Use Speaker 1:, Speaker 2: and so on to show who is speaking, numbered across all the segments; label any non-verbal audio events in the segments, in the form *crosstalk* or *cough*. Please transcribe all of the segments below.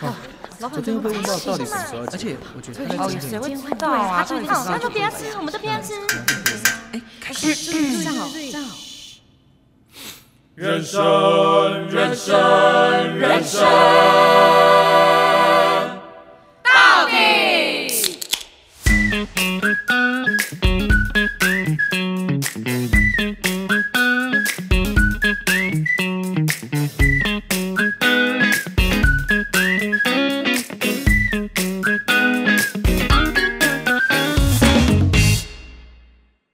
Speaker 1: 啊，
Speaker 2: 老
Speaker 1: 昨
Speaker 2: 板
Speaker 1: 天
Speaker 2: 怎
Speaker 1: 又
Speaker 2: 么
Speaker 1: 被
Speaker 2: 不
Speaker 1: 问
Speaker 2: 吃
Speaker 1: 到到底
Speaker 2: 呢
Speaker 1: 什么时候要结，而且我觉得他
Speaker 2: 哦
Speaker 1: 在
Speaker 2: 有
Speaker 1: 真
Speaker 2: 谁
Speaker 1: 正
Speaker 2: 会知
Speaker 3: 对
Speaker 2: 道啊？
Speaker 3: 他出去
Speaker 2: 到底
Speaker 3: 好，
Speaker 2: 是
Speaker 3: 那就
Speaker 2: 谁
Speaker 3: 不要吃，我们就不要吃。
Speaker 2: 这样哦，这样哦。
Speaker 4: 人生，人生，人生。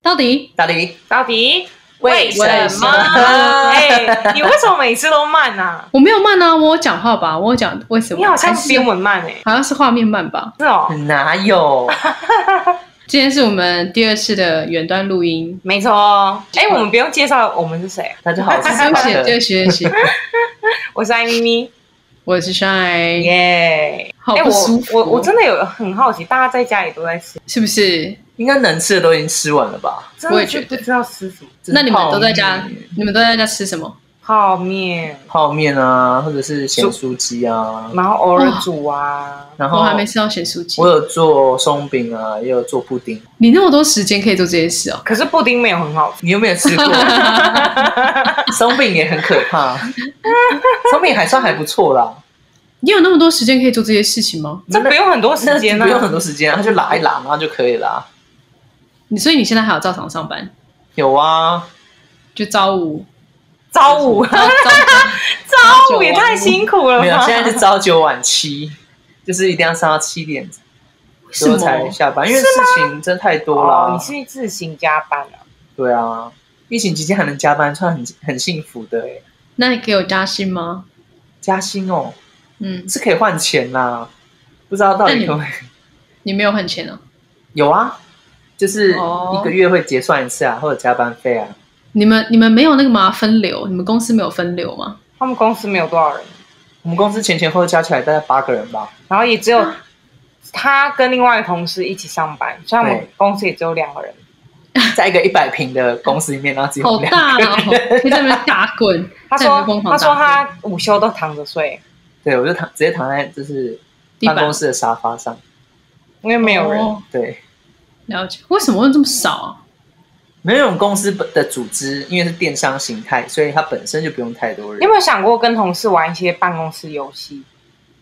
Speaker 5: 到底
Speaker 6: 到底
Speaker 3: 到底
Speaker 6: 为什么 *laughs*
Speaker 3: *laughs* 哎，你为什么每次都慢啊？
Speaker 5: 我没有慢啊，我有讲话吧，我有讲为什么？
Speaker 3: 你好像
Speaker 5: 还是
Speaker 3: 比我们慢哎、
Speaker 5: 好像是画面慢吧。
Speaker 3: 是哦，
Speaker 6: 哪有？
Speaker 5: 今天是我们第二次的远端录音，
Speaker 3: 没错哦。哎、我们不用介绍我们是谁，
Speaker 6: 那就好吃
Speaker 5: 休息休息
Speaker 6: *laughs*
Speaker 5: 休息，
Speaker 3: 我是艾咪咪，
Speaker 5: 我是 Shine，、
Speaker 3: 耶、
Speaker 5: 好
Speaker 3: 哎、
Speaker 5: 不舒服
Speaker 6: 哦
Speaker 3: 我我我真的有很好奇，大家在家里都在吃，
Speaker 5: 是不是？
Speaker 6: 应该能吃的都已经吃完了吧？
Speaker 3: 真
Speaker 5: 我也
Speaker 3: 的
Speaker 5: 觉
Speaker 3: 是
Speaker 5: 得
Speaker 3: 不知道吃什么，
Speaker 5: 那你们都在家
Speaker 6: 泡面，
Speaker 5: 你们都在家吃什么？
Speaker 3: 泡面，
Speaker 6: 泡面啊，或者是咸酥鸡啊，
Speaker 3: 然后偶尔煮啊，
Speaker 6: 然后
Speaker 5: 我还没吃到咸酥鸡
Speaker 6: 我，有做松饼啊，也有做布丁。
Speaker 5: 你那么多时间可以做这些事哦。
Speaker 3: 可是布丁没有很好吃。
Speaker 6: 你有没有吃 *laughs* 过？松饼也很可怕，松饼还算还不错啦，
Speaker 5: 你有那么多时间可以做这些事情吗？
Speaker 3: 这不用很多时间
Speaker 6: 不
Speaker 3: 啊，
Speaker 6: 用很多时间啊，它就拉一拉，然后就可以啦。
Speaker 5: 你所以你现在还有照常上班，
Speaker 6: 有啊，
Speaker 5: 就朝五，
Speaker 6: *laughs*
Speaker 3: 朝五，啊
Speaker 5: 朝朝
Speaker 3: 朝五也太辛苦了
Speaker 6: 没 *laughs* 有
Speaker 3: 吧？，
Speaker 6: 现在是朝九晚七，就是一定要上到七点
Speaker 5: 什
Speaker 6: 多
Speaker 5: 么？
Speaker 6: 才下班，因为事情真太多
Speaker 3: 哦，
Speaker 6: 啦。
Speaker 3: 你是自行加班啊？
Speaker 6: 对啊，疫情期间还能加班，算很很幸福的欸
Speaker 5: 那你给我加薪吗？
Speaker 6: 加薪哦，
Speaker 5: 嗯，
Speaker 6: 是可以换钱啦，不知道到底有没有
Speaker 5: 你没有很钱啊？
Speaker 6: *laughs* 有啊，就是
Speaker 5: 哦
Speaker 6: 一个月会结算一次啊，或者加班费啊。
Speaker 5: 你们你们没有那个吗？分流？你们公司没有分流吗？
Speaker 3: 他们公司没有多少人，
Speaker 6: 我们公司前前后后加起来大概八个人吧，
Speaker 3: 然后也只
Speaker 5: 啊
Speaker 3: 有他跟另外的同事一起上班，所以我们
Speaker 6: 对
Speaker 3: 公司也只有两个人。
Speaker 6: 在一个一百平的公司里面，然后只有我
Speaker 5: 好
Speaker 6: 们两
Speaker 5: 大哦！就在那边打滚，
Speaker 3: *laughs* 他
Speaker 5: 在那
Speaker 3: 说
Speaker 5: 边疯：“狂
Speaker 3: 他说
Speaker 5: 打滚
Speaker 3: 他午休都躺着睡，
Speaker 6: 对，我就躺直接躺在就是
Speaker 5: 地
Speaker 6: 办
Speaker 5: 板
Speaker 6: 公室的沙发上。
Speaker 3: 因为没有人。
Speaker 5: 哦
Speaker 6: 对，
Speaker 5: 了解，为什么会这么少啊？
Speaker 6: 没有我们公司的组织，因为是电商形态，所以它本身就不用太多
Speaker 3: 你有
Speaker 6: 人，
Speaker 3: 没有想过跟同事玩一些办公室游戏？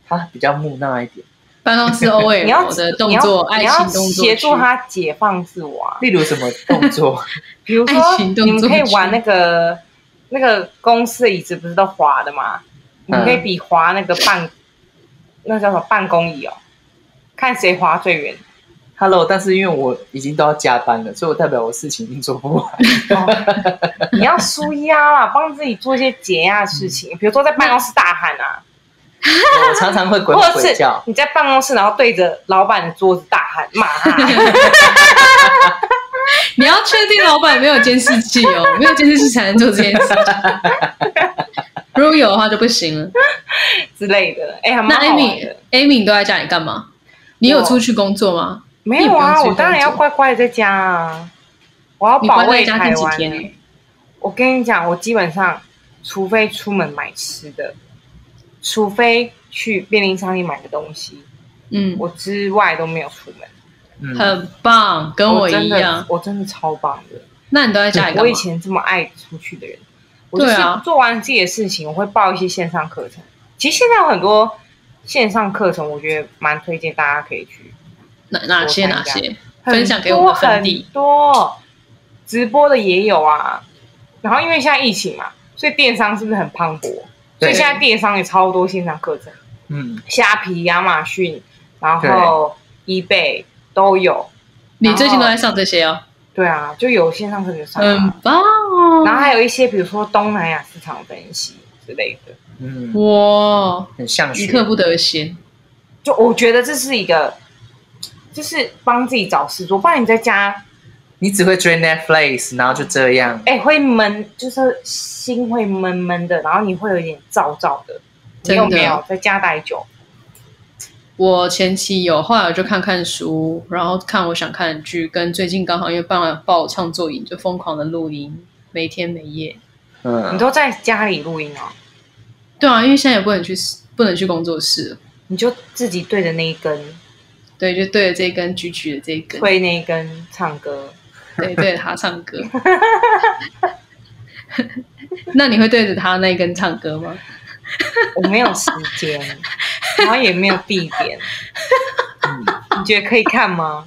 Speaker 6: 它比较木讷一点。
Speaker 5: 办公
Speaker 3: *laughs*
Speaker 5: 室 O
Speaker 3: 你要
Speaker 5: L 的动作，
Speaker 3: 你
Speaker 5: 爱
Speaker 3: 要
Speaker 5: 情动
Speaker 3: 你
Speaker 5: 作
Speaker 3: 要
Speaker 5: 区，
Speaker 3: 协助他解放自我啊。
Speaker 6: 例如什么动作？ *laughs*
Speaker 3: 比如
Speaker 5: 爱
Speaker 3: 说，
Speaker 5: 情动
Speaker 3: 你
Speaker 5: 作
Speaker 3: 们可以玩那个那个公司的椅子，不是都滑的吗？
Speaker 5: 嗯
Speaker 3: 你们可以比滑那个办，那叫什么办公椅哦，看谁滑最远。
Speaker 6: Hello，但是因为我已经都要加班了，所以我代表我事情已经做不完。
Speaker 3: 哦
Speaker 5: *laughs*
Speaker 3: 你要舒压啦，帮自己做一些解压的事
Speaker 5: 嗯
Speaker 3: 情，比如说在办公室大喊啊，
Speaker 6: 我常常会
Speaker 5: 嗯
Speaker 6: 鬼
Speaker 3: 或者
Speaker 6: 鬼
Speaker 3: 是
Speaker 6: 叫，
Speaker 3: 你在办公室然后对着老板的桌子大喊骂他，
Speaker 5: 你要确定老板没有监视器
Speaker 3: *laughs*
Speaker 5: 哦，没有监视器才能做这件事情。如果有的话就不行了。
Speaker 3: 之
Speaker 5: *laughs*
Speaker 3: 类的。哎、还蛮
Speaker 5: 那
Speaker 3: 好玩
Speaker 5: Amy
Speaker 3: 的。
Speaker 5: Amy 你都在家里干嘛？你有
Speaker 3: 我
Speaker 5: 出去工作吗？
Speaker 3: 没有啊，
Speaker 5: 你不用去
Speaker 3: 我当然要
Speaker 5: 工作
Speaker 3: 乖乖的在家啊，我要
Speaker 5: 你
Speaker 3: 保
Speaker 5: 关在
Speaker 3: 卫
Speaker 5: 家
Speaker 3: 台
Speaker 5: 第几
Speaker 3: 湾
Speaker 5: 天
Speaker 3: 欸、
Speaker 5: 了？
Speaker 3: 我跟你讲，我基本上除非出门买吃的，除非去便利商店买个东西，
Speaker 5: 嗯，
Speaker 3: 我之外都没有出门。
Speaker 6: 嗯，
Speaker 5: 很棒，跟我一
Speaker 3: 真的
Speaker 5: 样，。
Speaker 3: 我真的超棒的。
Speaker 5: 那你都在家里干
Speaker 3: 我
Speaker 5: 嘛
Speaker 3: 以？前这么爱出去的人，我就是
Speaker 5: 对啊
Speaker 3: 做完自己的事情，我会报一些线上课程。其实现在有很多线上课程，我觉得蛮推荐大家可以去
Speaker 5: 哪哪些
Speaker 3: 我参
Speaker 5: 哪
Speaker 3: 加
Speaker 5: 些？分享给我们
Speaker 3: 很
Speaker 5: 分
Speaker 3: 多
Speaker 5: 地
Speaker 3: 很多直播的也有啊。然后因为现在疫情嘛，所以电商是不是很磅礴？所以
Speaker 6: 对
Speaker 3: 现在电商也超多线上课程，
Speaker 6: 嗯，
Speaker 3: 虾皮、亚马逊，然后 eBay 都有。
Speaker 5: 你最近都在上这些哦，
Speaker 3: 对啊，就有线上课程上啊、
Speaker 5: 很棒哦。
Speaker 3: 然后还有一些比如说东南亚市场分析之类的。
Speaker 6: 嗯，
Speaker 5: 哇，
Speaker 6: 很像
Speaker 5: 一
Speaker 6: 学。
Speaker 5: 刻不得闲。
Speaker 3: 就我觉得这是一个，就是帮自己找事做，不然你在家，
Speaker 6: 你只会追 Netflix，然后就这样。
Speaker 3: 哎、会闷，就是心会闷闷的，然后你会有点燥燥的。你
Speaker 5: 真的
Speaker 3: 有没有在家待久？
Speaker 5: 我前期有，后来我就看看书，然后看我想看的剧，跟最近刚好因为办了报创作营，就疯狂的录音，没天没夜。
Speaker 3: 你
Speaker 6: 嗯，
Speaker 3: 都在家里录音哦，
Speaker 5: 对啊，因为现在也不能去不能去工作室了，
Speaker 3: 你就自己对着那一根
Speaker 5: 对，就对着这一根举举的这一
Speaker 3: *laughs*
Speaker 5: 根，
Speaker 3: 推那一根唱歌，
Speaker 5: 对对着他唱歌。那你会对着他那一根唱歌吗？
Speaker 3: 我没有时
Speaker 5: *laughs*
Speaker 3: 间，然后也没有地点，你觉得可以看吗？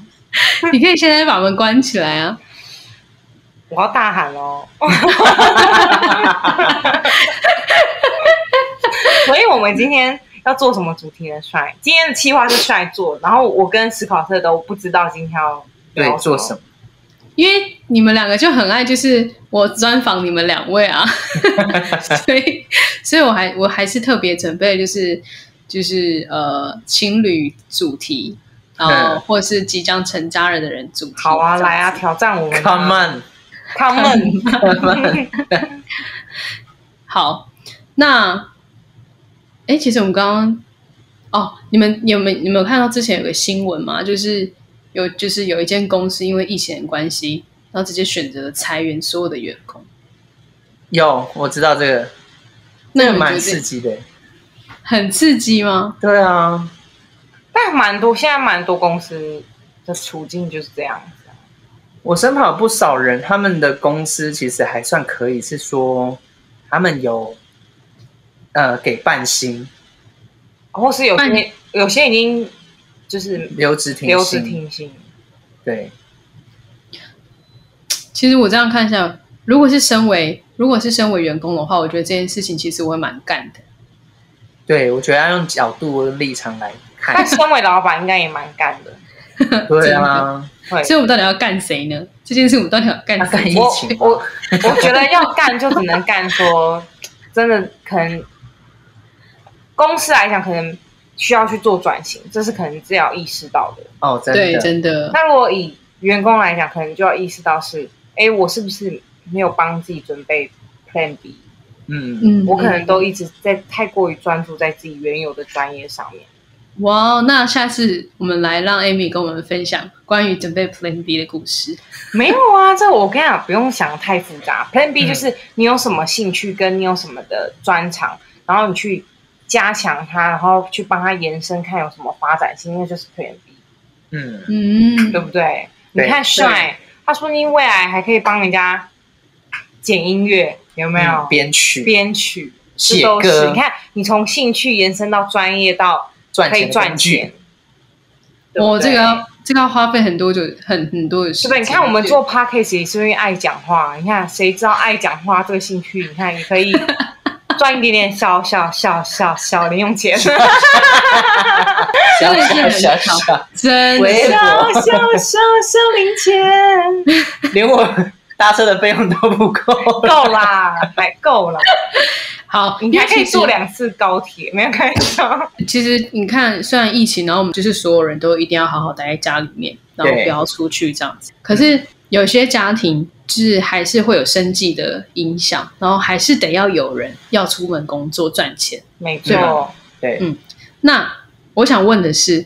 Speaker 5: 你可以现在把门关起来啊！
Speaker 3: 我要大喊
Speaker 6: *laughs*
Speaker 3: 哦！所以我们今天要做什么主题的帅？今天的计划是帅做，然后我跟史考特都不知道今天要
Speaker 6: 对
Speaker 3: 聊，
Speaker 6: 做什么？
Speaker 5: 因为你们两个就很爱，就是我专访你们两位啊，所以，所以我还我还是特别准备，就是就是呃情侣主题，然后
Speaker 6: 嗯
Speaker 5: 或是即将成家人的人主题。
Speaker 3: 好啊，
Speaker 5: 这样
Speaker 3: 来啊，挑战我们啊
Speaker 6: Come on，
Speaker 3: ，Come on！
Speaker 5: 好，那，哎，其实我们刚刚，哦，你们有没有你们有看到之前有个新闻吗？就是有就是有一间公司因为疫情的关系，然后直接选择了裁员所有的员工。
Speaker 6: 有我知道这个，
Speaker 5: 那
Speaker 6: 这
Speaker 5: 你
Speaker 6: 个
Speaker 5: 们
Speaker 6: 蛮
Speaker 5: 觉得
Speaker 6: 刺激的。
Speaker 5: 很刺激吗？
Speaker 6: 对啊，
Speaker 3: 但蛮多，现在蛮多公司的处境就是这样子啊。
Speaker 6: 我身旁有不少人，他们的公司其实还算可以，是说他们有呃给半薪，
Speaker 3: 或是有
Speaker 5: 那
Speaker 3: 些
Speaker 5: 你
Speaker 3: 有些已经就是
Speaker 6: 留职停薪，
Speaker 3: 留职停薪，
Speaker 6: 对，
Speaker 5: 其实我这样看一下，如果是身为如果是身为员工的话，我觉得这件事情其实我会蛮干的。
Speaker 6: 对，我觉得要用角度和立场来看
Speaker 3: 但。身为老板应该也蛮干的。
Speaker 6: 对啊，
Speaker 3: 会，
Speaker 5: 所以我们到底要干谁呢？这件事我们到底要干
Speaker 6: 要
Speaker 5: 谁？
Speaker 6: 干疫
Speaker 3: 我
Speaker 6: 情
Speaker 3: 我 *laughs*
Speaker 6: 吧，
Speaker 3: 我觉得要干就只能干说，真的可能公司来讲可能需要去做转型，这是可能自己要意识到的。
Speaker 6: 哦，真
Speaker 5: 对，
Speaker 6: 的，
Speaker 5: 真的，
Speaker 3: 那如果以员工来讲，可能就要意识到是，哎，我是不是没有帮自己准备 Plan B？
Speaker 6: 嗯，
Speaker 5: 嗯，
Speaker 3: 我可能都一直在太过于专注在自己原有的专业上面。
Speaker 5: 哇哦，那下次我们来让 Amy 跟我们分享关于准备 Plan B 的故事。
Speaker 3: 没有啊，这我跟你讲，不用想得太复杂。Plan B
Speaker 6: 嗯
Speaker 3: 就是你有什么兴趣，跟你有什么的专长，然后你去加强它，然后去帮它延伸，看有什么发展性，那就是 Plan B，
Speaker 6: 嗯，
Speaker 5: 嗯
Speaker 3: 对，不对？
Speaker 6: 对
Speaker 3: 你看帅，他说你未来还可以帮人家剪音乐，有没有
Speaker 6: 嗯？编曲、
Speaker 3: 编曲，这
Speaker 6: 写
Speaker 3: 都是
Speaker 6: 歌
Speaker 3: 你、看，你从兴趣延伸到专业，到
Speaker 6: 赚
Speaker 3: 可以
Speaker 6: 钱、
Speaker 3: 赚钱。。对不
Speaker 5: 我这
Speaker 3: 对
Speaker 5: 个要这个要花费很多久，很很多的时
Speaker 3: 是
Speaker 5: 间。
Speaker 3: 不是？你看我们做 podcast 也是因为爱讲话，你看谁知道爱讲话这个兴趣？你看也可以赚一点点小小小小小零用钱，小
Speaker 6: 小
Speaker 5: 真
Speaker 6: 小
Speaker 5: 的是
Speaker 6: 小
Speaker 5: 很
Speaker 6: 小，
Speaker 5: 真的
Speaker 6: 喂
Speaker 5: 是
Speaker 3: 小小小零钱，
Speaker 6: 连我搭车的费用都不够。
Speaker 3: 够啦，还够啦，
Speaker 5: 好，
Speaker 3: 你还可
Speaker 5: 因为其
Speaker 3: 以
Speaker 5: 实
Speaker 3: 坐。两次高铁，没有开玩笑。
Speaker 5: 其实你看，虽然疫情，然后我们就是所有人都一定要好好待在家里面，然后
Speaker 6: 对
Speaker 5: 不要出去这样子。可是有些家庭就是还是会有生计的影响，然后还是得要有人要出门工作赚钱。
Speaker 3: 没
Speaker 6: 对
Speaker 3: 错，
Speaker 6: 对，
Speaker 5: 那我想问的是，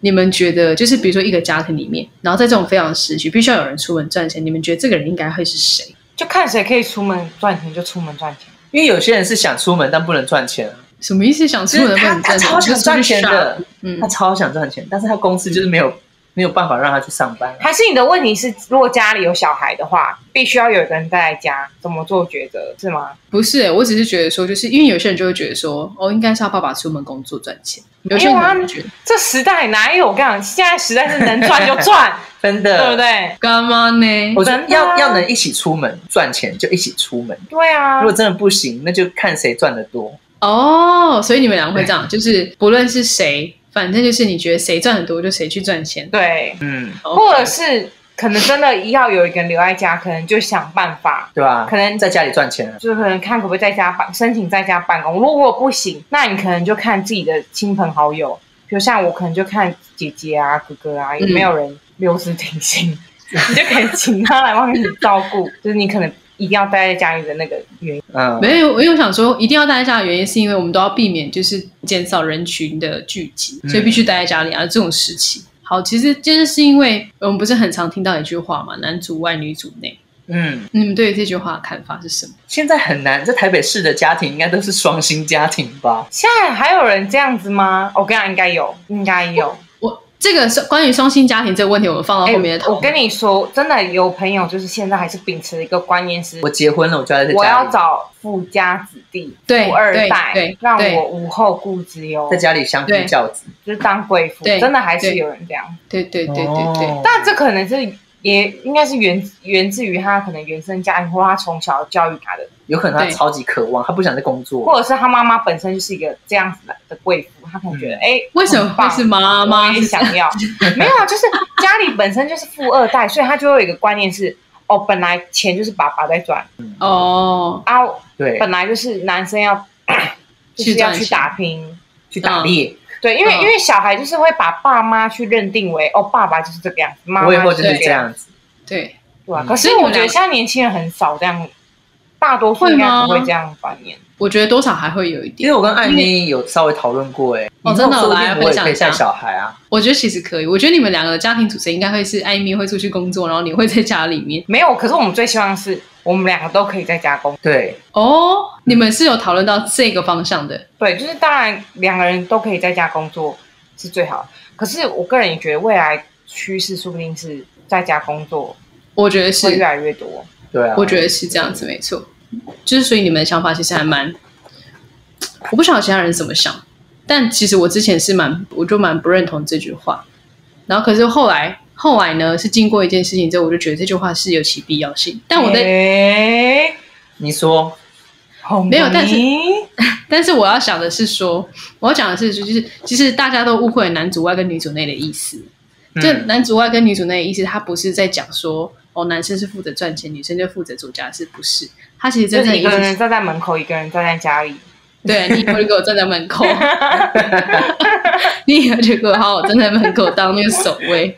Speaker 5: 你们觉得就是比如说一个家庭里面，然后在这种非常时期，必须要有人出门赚钱，你们觉得这个人应该会是谁？
Speaker 3: 就看谁可以出门赚钱就出门赚钱。
Speaker 6: 因为有些人是想出门但不能赚钱啊，
Speaker 5: 什么意思？想出
Speaker 6: 就
Speaker 5: 门
Speaker 6: 是
Speaker 5: 不
Speaker 6: 他
Speaker 5: 能
Speaker 6: 他超
Speaker 5: 赚钱，
Speaker 6: 想
Speaker 5: 就是
Speaker 6: 赚钱的，
Speaker 5: 嗯
Speaker 6: 他，超想赚钱，但是他公司就是没有没有办法让他去上班啊。
Speaker 3: 还是你的问题是，如果家里有小孩的话，必须要有一个人待在家，怎么做抉择是吗？
Speaker 5: 不是、我只是觉得说，就是因为有些人就会觉得说，哦，应该是要爸爸出门工作赚钱，有些人可能觉得
Speaker 3: 这时代哪有？我跟你讲，现在时代是能赚就赚，
Speaker 6: 真的，
Speaker 3: 对不？对？
Speaker 5: 干嘛呢？
Speaker 6: 我觉得
Speaker 3: 真的啊
Speaker 6: 要要能一起出门赚钱就一起出门，
Speaker 3: 对啊
Speaker 6: 如，果真的不行，那就看谁赚的多。
Speaker 5: 哦，所以你们俩会这样，就是不论是谁，反正就是你觉得谁赚的多就谁去赚钱，
Speaker 3: 对，
Speaker 6: 嗯，
Speaker 3: 或者是可能真的要有一个人留在家，可能就想办法，
Speaker 6: 对吧？
Speaker 3: 可能
Speaker 6: 在家里赚钱啊，
Speaker 3: 就是可能看可不可以在家办，申请在家办公。如果不行，那你可能就看自己的亲朋好友，比如像我，可能就看姐姐啊、哥哥啊，有没有人留职停薪， *laughs* 你就可以请他来帮你照顾。就是你可能一定要待在家里的那个原因。
Speaker 6: 嗯，
Speaker 5: 没有，因为我想说，一定要待在家的原因，是因为我们都要避免就是减少人群的聚集，
Speaker 6: 嗯
Speaker 5: 所以必须待在家里啊。这种时期，好，其实真的是因为我们不是很常听到一句话嘛，男主外女主内。
Speaker 6: 嗯，
Speaker 5: 你们对于这句话的看法是什么？
Speaker 6: 现在很难，在台北市的家庭应该都是双薪家庭吧？
Speaker 3: 现在还有人这样子吗？我跟你讲，应该有，应该有。
Speaker 5: 我这个是关于双薪家庭这个问题，我们放到后面的讨论。
Speaker 3: 哎我跟你说，真的有朋友就是现在还是秉持一个观念是，
Speaker 6: 我结婚了，我就要在家里
Speaker 3: 我要找富家子弟、
Speaker 5: 对
Speaker 3: 富二
Speaker 5: 对
Speaker 3: 代
Speaker 5: 对，
Speaker 3: 让
Speaker 5: 对
Speaker 3: 我无后顾之忧
Speaker 6: 在，家里相夫
Speaker 5: 对
Speaker 6: 教子。
Speaker 3: 就是当贵妇。
Speaker 5: 对
Speaker 3: 真的还是
Speaker 5: 对
Speaker 3: 有人这样，
Speaker 5: 对对对对对，
Speaker 6: 哦
Speaker 3: 但这可能是也应该是源源自于他可能原生家庭，或他从小教育他的，
Speaker 6: 有可能他
Speaker 5: 对
Speaker 6: 超级渴望，他不想再工作，
Speaker 3: 或者是他妈妈本身就是一个这样子的的贵妇，他可能觉得
Speaker 6: 嗯
Speaker 3: 哎、
Speaker 5: 为什么
Speaker 3: 很棒
Speaker 5: 会是妈
Speaker 3: 我
Speaker 5: 妈
Speaker 3: 也？想
Speaker 5: *laughs*
Speaker 3: 要，没有啊，就是家里本身就是富二代，所以他就会有一个观念是，哦，本来钱就是爸爸在赚
Speaker 5: 哦，
Speaker 3: 啊，
Speaker 6: 对，
Speaker 3: 本来就是男
Speaker 5: *clears throat*
Speaker 3: 生要就是要去打拼，
Speaker 6: 去打猎，
Speaker 3: 对，因为、
Speaker 5: 嗯
Speaker 3: 因为小孩就是会把爸妈去认定为，哦，爸爸就是这个样子，妈妈
Speaker 6: 我以后就是
Speaker 3: 这
Speaker 6: 这
Speaker 3: 个子，
Speaker 6: 样子。
Speaker 5: 对，
Speaker 3: 对啊
Speaker 6: 嗯。
Speaker 3: 可是
Speaker 5: 所以你
Speaker 3: 我
Speaker 5: 们
Speaker 3: 觉
Speaker 5: 两
Speaker 3: 得
Speaker 5: 个
Speaker 3: 现在年轻人很少这样，大多数应该
Speaker 5: 会
Speaker 3: 不会
Speaker 5: 吗
Speaker 3: 这样观念。
Speaker 5: 我觉得多少还会有一
Speaker 6: 因
Speaker 5: 点
Speaker 6: 为。我跟艾米有稍微讨论过、欸，哎、
Speaker 5: 哦真的哦
Speaker 6: 说不定
Speaker 5: 来
Speaker 6: 我也
Speaker 5: 分享
Speaker 6: 可以
Speaker 5: 一下
Speaker 6: 带小孩啊，
Speaker 5: 我觉得其实可以。我觉得你们两个家庭组成应该会是艾米会出去工作，然后你会在家里面。
Speaker 3: 没有，可是我们最希望是我们两个都可以在家工作。
Speaker 6: 对，
Speaker 5: 哦，你们是有讨论到这个方向的。
Speaker 3: 对，就是当然两个人都可以在家工作是最好的。可是我个人也觉得未来趋势说不定是在家工作
Speaker 5: 我觉得
Speaker 3: 会越
Speaker 5: 是，
Speaker 3: 来越多。
Speaker 6: 对啊，
Speaker 5: 我觉得是这样子，没错。就是所以你们的想法其实还蛮，我不晓得其他人怎么想，但其实我之前是蛮，我就蛮不认同这句话。然后可是后来，后来呢是经过一件事情之后，我就觉得这句话是有其必要性。但我在
Speaker 3: 诶
Speaker 6: 你说
Speaker 3: 红
Speaker 5: 没有
Speaker 3: 的
Speaker 5: 但是
Speaker 3: 你
Speaker 5: 但是我要想的是说，我要讲的是就是，其实大家都误会了男主外跟女主内的意思。
Speaker 6: 嗯
Speaker 5: 就男主外跟女主内的意思，他不是在讲说哦，男生是负责赚钱，女生就负责做家事，不是。他其实
Speaker 3: 就
Speaker 5: 真正的
Speaker 3: 是一
Speaker 5: 意
Speaker 3: 个
Speaker 5: 思
Speaker 3: 人
Speaker 5: 是，
Speaker 3: 站在门口，一个人站在家里。
Speaker 5: 对你以后就给我站在门口， *laughs* 你以后就给我好好站在门口当那个守卫。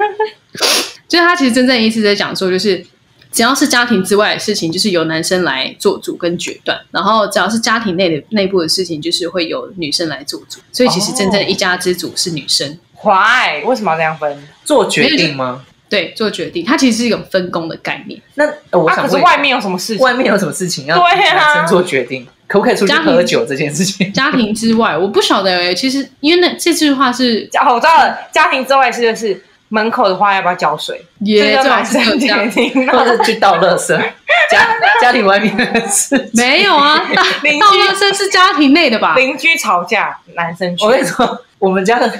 Speaker 5: 就是他其实真正的意思在讲说，就是只要是家庭之外的事情，就是由男生来做主跟决断；然后只要是家庭内的内部的事情，就是会由女生来做主。所以其实真正一家之主是女生，
Speaker 3: Why？为什么要这样分？
Speaker 6: 做决定吗？
Speaker 5: 对做决定，它其实是一种分工的概念。
Speaker 6: 那、呃我
Speaker 3: 啊，
Speaker 6: 想
Speaker 3: 可是
Speaker 6: 问，
Speaker 3: 外面有什么事情？
Speaker 6: 外面有什么事情要
Speaker 3: 对啊
Speaker 6: 男生做决定？可不可以出去
Speaker 5: 家庭
Speaker 6: 喝酒这件事情？
Speaker 5: 家庭之外，我不晓得、欸，其实因为那这句话是
Speaker 3: 哦，我知道了，家庭之外是就是门口的话要不要浇水？
Speaker 5: 也
Speaker 3: 这
Speaker 5: 这
Speaker 3: 就男
Speaker 5: 种是这
Speaker 3: 生决
Speaker 6: *laughs*
Speaker 5: 样，
Speaker 3: 定
Speaker 6: 或
Speaker 3: 了。
Speaker 6: 者去倒垃圾？家家庭外面的事情，
Speaker 5: 没有
Speaker 3: *laughs*
Speaker 5: 啊，大
Speaker 3: 邻居
Speaker 5: 大乐生是家庭内的吧？
Speaker 3: *laughs* 邻居吵架，男生去
Speaker 6: 我。跟你说，我们家的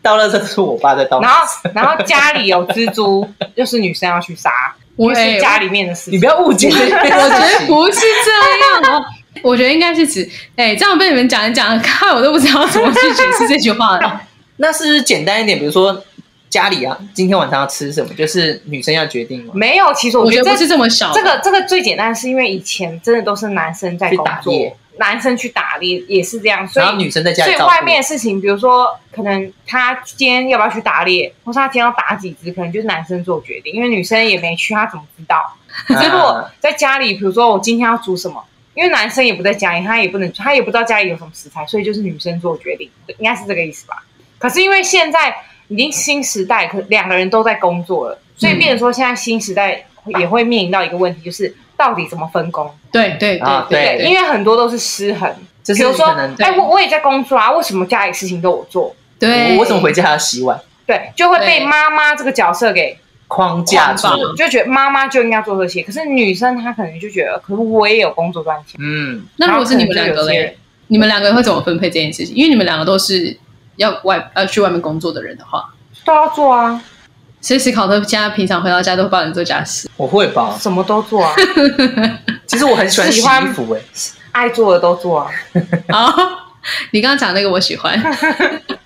Speaker 6: 倒垃圾是我爸在倒垃圾。
Speaker 3: 然后，然后家里有蜘蛛，就是女生要去杀，因
Speaker 5: 我
Speaker 3: 为
Speaker 5: 哎
Speaker 3: 是家里面的事
Speaker 6: *laughs* 你
Speaker 3: 情
Speaker 6: 不。要误解这件
Speaker 5: 我
Speaker 6: 事
Speaker 5: 觉得
Speaker 6: 情。
Speaker 5: 不是这
Speaker 3: *laughs*
Speaker 5: 样哦，我觉得应该是指，哎、这样被你们讲一讲，看我都不知道怎么去解释这句话
Speaker 3: *laughs*
Speaker 5: 了。
Speaker 6: *laughs* 那是不是简单一点？比如说家里啊，今天晚上要吃什么，就是女生要决定嘛。
Speaker 3: 没有，其实
Speaker 5: 我觉
Speaker 3: 觉
Speaker 5: 得
Speaker 3: 得
Speaker 5: 不是这么小，
Speaker 3: 这个这个最简单，是因为以前真的都是男生在工
Speaker 6: 去打
Speaker 3: 作
Speaker 6: 猎，
Speaker 3: 男生去打猎也是这样，所
Speaker 6: 然后
Speaker 3: 以
Speaker 6: 女生在家
Speaker 3: 所
Speaker 6: 里
Speaker 3: 以
Speaker 6: 照顾。
Speaker 3: 外面的事情，比如说可能他今天要不要去打猎，或是他今天要打几只，可能就是男生做决定，因为女生也没去，他怎么知道？ *laughs* 可是如果
Speaker 6: 啊
Speaker 3: 在家里，比如说我今天要煮什么，因为男生也不在家里，他也不能，他也不知道家里有什么食材，所以就是女生做决定，应该是这个意思吧？可是因为现在已经新时代，可两个人都在工作了，所以变成说现在新时代也会面临到一个问题，就是到底怎么分工？
Speaker 5: 对对
Speaker 6: 啊
Speaker 5: 对对
Speaker 6: 对
Speaker 3: 因为很多都是失衡。
Speaker 6: 就
Speaker 3: 比
Speaker 6: 是
Speaker 3: 如说
Speaker 6: 可能，
Speaker 5: 对
Speaker 3: 哎，我我也在工作啊，为什么家里事情都我做？
Speaker 5: 对，
Speaker 6: 我我怎么回家还要洗碗？
Speaker 3: 对，就会被
Speaker 5: 对
Speaker 3: 妈妈这个角色给
Speaker 6: 框架住
Speaker 5: 框，
Speaker 3: 就就觉得妈妈就应该做这些，可是女生她可能就觉得，可是我也有工作赚钱。
Speaker 6: 嗯，
Speaker 5: 那如果是你们两
Speaker 3: 然后
Speaker 5: 个
Speaker 3: 可能就有些人
Speaker 5: 嘞，你们两个会怎么分配这件事情？因为你们两个都是要外要去外面工作的人的话，
Speaker 3: 都要做啊，
Speaker 5: 所以史考特家平常回到家都会帮你做家事。
Speaker 6: 我会吧。
Speaker 3: 什么都做啊，
Speaker 6: 其实我很喜欢洗衣服、欸，
Speaker 3: 爱做的都做啊。
Speaker 5: 好， *laughs* 你刚刚讲那个我喜欢，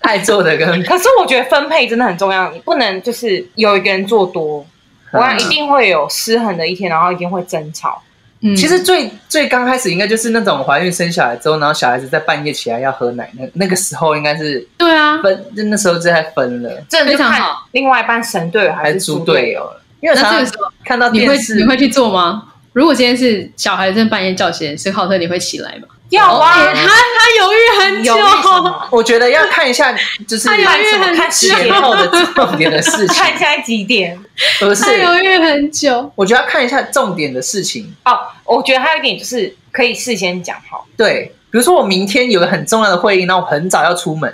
Speaker 6: 爱做的跟
Speaker 3: 可是我觉得分配真的很重要，你不能就是有一个人做多，我想一定会有失衡的一天，然后一定会争吵。
Speaker 5: 嗯，
Speaker 6: *laughs* 其实最最刚开始应该就是那种怀孕生小孩之后，然后小孩子在半夜起来要喝奶，那那个时候应该是
Speaker 5: 对啊，
Speaker 6: 分，那那时候就在分了，
Speaker 3: 这就
Speaker 5: 非常
Speaker 3: 看
Speaker 5: 好
Speaker 3: 另外一半神队友
Speaker 6: 还
Speaker 3: 还
Speaker 6: 是
Speaker 3: 是
Speaker 6: 猪
Speaker 3: 猪
Speaker 6: 队
Speaker 3: 队友。
Speaker 6: 友了。因为我
Speaker 5: 那这
Speaker 6: 常
Speaker 5: 个时
Speaker 6: 常看到
Speaker 5: 你
Speaker 6: 电
Speaker 5: 会
Speaker 6: 视
Speaker 5: 你，会去做吗？如果今天是小孩正半夜叫醒，是浩特，你会起来吗？
Speaker 3: 要啊，
Speaker 5: 他他犹豫很久
Speaker 3: 有，为什么？
Speaker 6: 我觉得要看一下，就是
Speaker 5: 他
Speaker 3: 看
Speaker 5: 犹豫
Speaker 3: 什么
Speaker 5: 很
Speaker 3: 看
Speaker 5: 久
Speaker 3: 时
Speaker 6: 前 *laughs*
Speaker 3: 间
Speaker 6: 后的重点的事情
Speaker 3: *laughs* 看，现在几点？
Speaker 6: 而是
Speaker 5: 他犹豫很久。
Speaker 6: 我觉得要看一下重点的事情。
Speaker 3: 哦，我觉得还有一点就是可以事先讲好，
Speaker 6: 对，比如说我明天有个很重要的会议，那我很早要出门，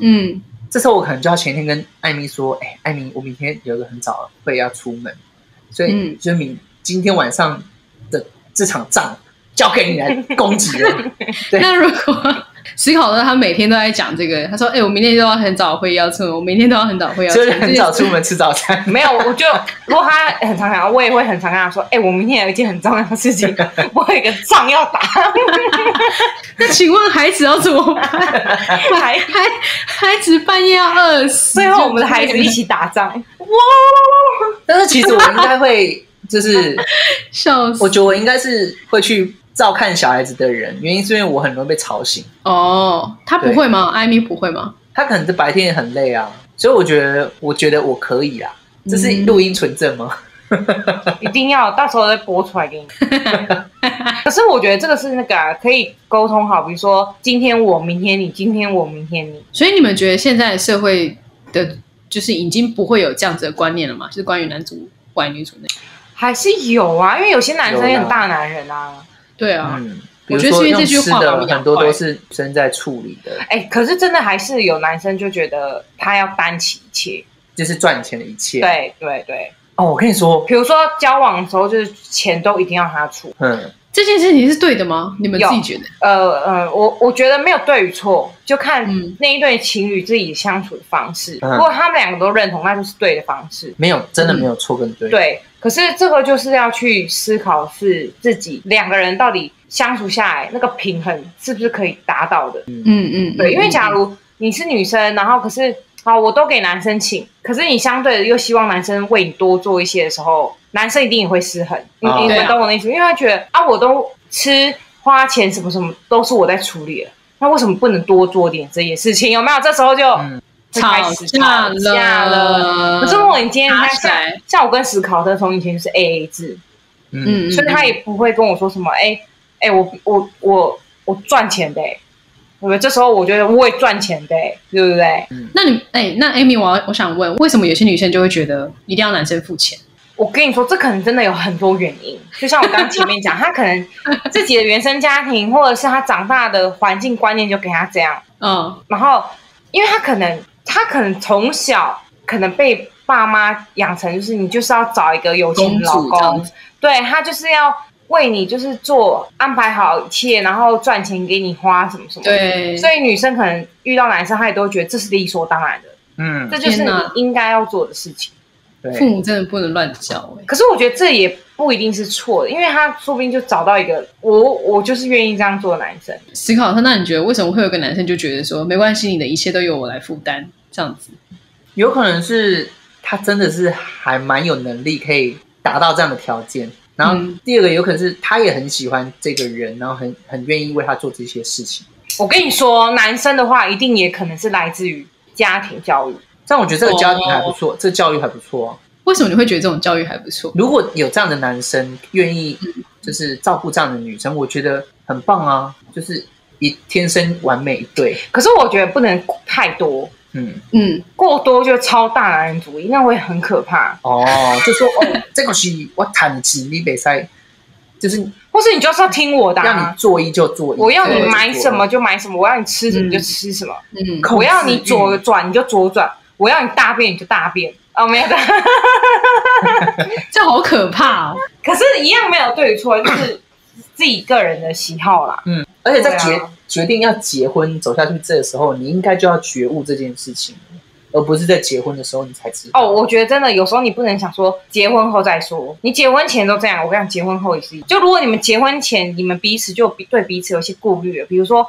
Speaker 5: 嗯，
Speaker 6: 这时候我可能就要前天跟艾米说，哎，艾米，我明天有一个很早的会要出门，所以
Speaker 5: 嗯
Speaker 6: 就是明今天晚上的这场仗交给你来攻击了。
Speaker 5: *laughs*
Speaker 6: 对
Speaker 5: 那如果 *laughs* 史考特他每天都在讲这个，他说：“哎、我明天都要很早会要出门，我明天都要很早会要出
Speaker 6: 就
Speaker 5: 门。
Speaker 6: 是
Speaker 5: 这件
Speaker 6: 很
Speaker 5: 事”
Speaker 6: 早出门吃早餐。
Speaker 3: *laughs* 没有，我就如果他很常讲，我也会很常跟他说，哎、我明天有一件很重要的事情，我有一个仗要 *laughs* 打，
Speaker 5: 那请问孩子要怎么办？
Speaker 3: 还
Speaker 5: 孩孩子半夜要饿死，
Speaker 3: *laughs* 最后我们的孩子一起打仗，哇！
Speaker 6: 但是其实我应该会，就是
Speaker 5: *laughs* 笑
Speaker 6: 我
Speaker 5: 死
Speaker 6: 觉得我应该是会去照看小孩子的人，原因是因为我很容易被吵醒。
Speaker 5: 哦。他不会吗？艾米不会吗？
Speaker 6: 他可能是白天也很累啊，所以我觉得，我觉得我可以啦。这是
Speaker 5: 嗯
Speaker 6: 录音存证吗？
Speaker 3: 一定要到时候再播出来 *laughs* 给你。可是我觉得这个是那个、啊、可以沟通好，比如说今天我，明天你，今天我，明天你。
Speaker 5: 所以你们觉得现在社会的，就是已经不会有这样子的观念了吗？就是关于男主外女主那
Speaker 3: 还是有啊，因为有些男生也
Speaker 6: 有
Speaker 3: 很
Speaker 6: 啊
Speaker 3: 大男人啊。
Speaker 5: 对啊，
Speaker 6: 嗯，比
Speaker 5: 我
Speaker 6: 如
Speaker 5: 觉得
Speaker 6: 说
Speaker 5: 是因
Speaker 6: 用
Speaker 5: 为这句
Speaker 6: 吃
Speaker 5: 话把我
Speaker 6: 的
Speaker 5: 们养
Speaker 6: 很多
Speaker 5: 坏
Speaker 6: 都是生在处理的，
Speaker 3: 哎、可是真的还是有男生就觉得他要担起一切。
Speaker 6: 就是赚钱的一切。
Speaker 3: 对对对，
Speaker 6: 哦，我跟你说，
Speaker 3: 比如说交往的时候，就是钱都一定要他出。
Speaker 6: 嗯，
Speaker 5: 这件事情是对的吗？你们
Speaker 3: 有
Speaker 5: 自己觉得？
Speaker 3: 呃呃，我我觉得没有对与错，就看
Speaker 5: 嗯
Speaker 3: 那一对情侣自己相处的方式。
Speaker 6: 嗯
Speaker 3: 如果他们两个都认同，那就是对的方式。
Speaker 6: 没有，真的
Speaker 5: 嗯
Speaker 6: 没有错跟对。，
Speaker 3: 对，可是这个就是要去思考，是自己两个人到底相处下来那个平衡是不是可以达到的？
Speaker 5: 嗯嗯，
Speaker 3: 对，因为
Speaker 5: 嗯
Speaker 3: 假如你是女生，然后可是好，我都给男生请，可是你相对的又希望男生为你多做一些的时候，男生一定也会失衡。你
Speaker 6: 啊
Speaker 3: 你
Speaker 5: 对
Speaker 3: 们
Speaker 5: 啊
Speaker 3: 懂我的意思？因为他觉得啊，我都吃花钱什么什么都是我在处理了，那为什么不能多做点这些事情？有没有？这时候就
Speaker 6: 嗯
Speaker 3: 会开
Speaker 5: 吵
Speaker 3: 始
Speaker 5: 架
Speaker 3: 吵架了。
Speaker 5: 了，
Speaker 3: 可是如果你今天
Speaker 5: 打
Speaker 3: 看
Speaker 5: 起
Speaker 3: 像
Speaker 5: 来
Speaker 3: 像我跟史考特从以前就是 A A 制，
Speaker 6: 嗯，
Speaker 5: 嗯，嗯
Speaker 3: 所以他也不会跟我说什么，哎、哎、我我我我赚钱的、欸，对不对？这时候我觉得我也赚钱的、欸，对不对？
Speaker 5: 那你哎、那 Amy，我要我想问，为什么有些女生就会觉得一定要男生付钱？
Speaker 3: 我跟你说，这可能真的有很多原因，就像我刚前
Speaker 5: *laughs*
Speaker 3: 面讲，他可能自己的原生家庭，或者是他长大的环境观念就给他这样，
Speaker 5: 嗯
Speaker 3: 然后因为他可能他可能从小可能被爸妈养成，就是你就是要找一个有钱的老
Speaker 5: 公主这样
Speaker 3: 公，对他就是要为你就是做安排好一切，然后赚钱给你花什么什么。，
Speaker 5: 对，
Speaker 3: 所以女生可能遇到男生，她也都觉得这是理所当然的，
Speaker 6: 嗯，
Speaker 3: 这就是
Speaker 5: 天
Speaker 3: 你
Speaker 5: 哪
Speaker 3: 应该要做的事情。
Speaker 5: 父
Speaker 6: 对，
Speaker 5: 母真的不能乱教、哎
Speaker 3: 可是我觉得这也不一定是错的，因为他说不定就找到一个我我就是愿意这样做的男生。
Speaker 5: 思考他，那你觉得为什么会有个男生就觉得说没关系，你的一切都由我来负担这样子？
Speaker 6: 有可能是他真的是还蛮有能力可以达到这样的条件。然后
Speaker 5: 嗯
Speaker 6: 第二个有可能是他也很喜欢这个人，然后很很愿意为他做这些事情。
Speaker 3: 我跟你说，男生的话一定也可能是来自于家庭教育。
Speaker 6: 但我觉得这个家
Speaker 3: 哦
Speaker 6: 庭还不错，这教育还不错、啊。
Speaker 5: 为什么你会觉得这种教育还不错？
Speaker 6: 如果有这样的男生愿意，
Speaker 3: 嗯
Speaker 6: 就是照顾这样的女生，我觉得很棒啊，就是一天生完美一对。
Speaker 3: 可是我觉得不能太多，
Speaker 6: 嗯，
Speaker 5: 嗯，
Speaker 3: 过多就超大男人主义，那会很可怕。
Speaker 6: 哦，就说哦，这个是我坦直，你北塞，就是
Speaker 3: 或是你就是要听我的、
Speaker 6: 让
Speaker 3: 啊
Speaker 6: 你，做一就做一，
Speaker 3: 我要你
Speaker 6: 做一就
Speaker 3: 买
Speaker 6: 做一
Speaker 3: 什么，就买什么，我要你吃什么
Speaker 5: 嗯
Speaker 3: 就吃什么，
Speaker 5: 嗯，
Speaker 6: 控
Speaker 3: 我要
Speaker 6: 制
Speaker 3: 你
Speaker 6: 欲
Speaker 3: 左转你就左转，我要你大便你就大便。哦，没有 *laughs* 的，
Speaker 5: 这好可怕哦！
Speaker 3: 可是一样没有对与错，就是自己个人的喜好啦。
Speaker 6: 而且在决、
Speaker 3: 对啊
Speaker 6: 决定要结婚走下去这个时候，你应该就要觉悟这件事情，而不是在结婚的时候你才知道。
Speaker 3: 哦，我觉得真的有时候你不能想说结婚后再说，你结婚前都这样，我跟你讲，结婚后也是一样。就如果你们结婚前你们彼此就比对彼此有些顾虑了，比如说，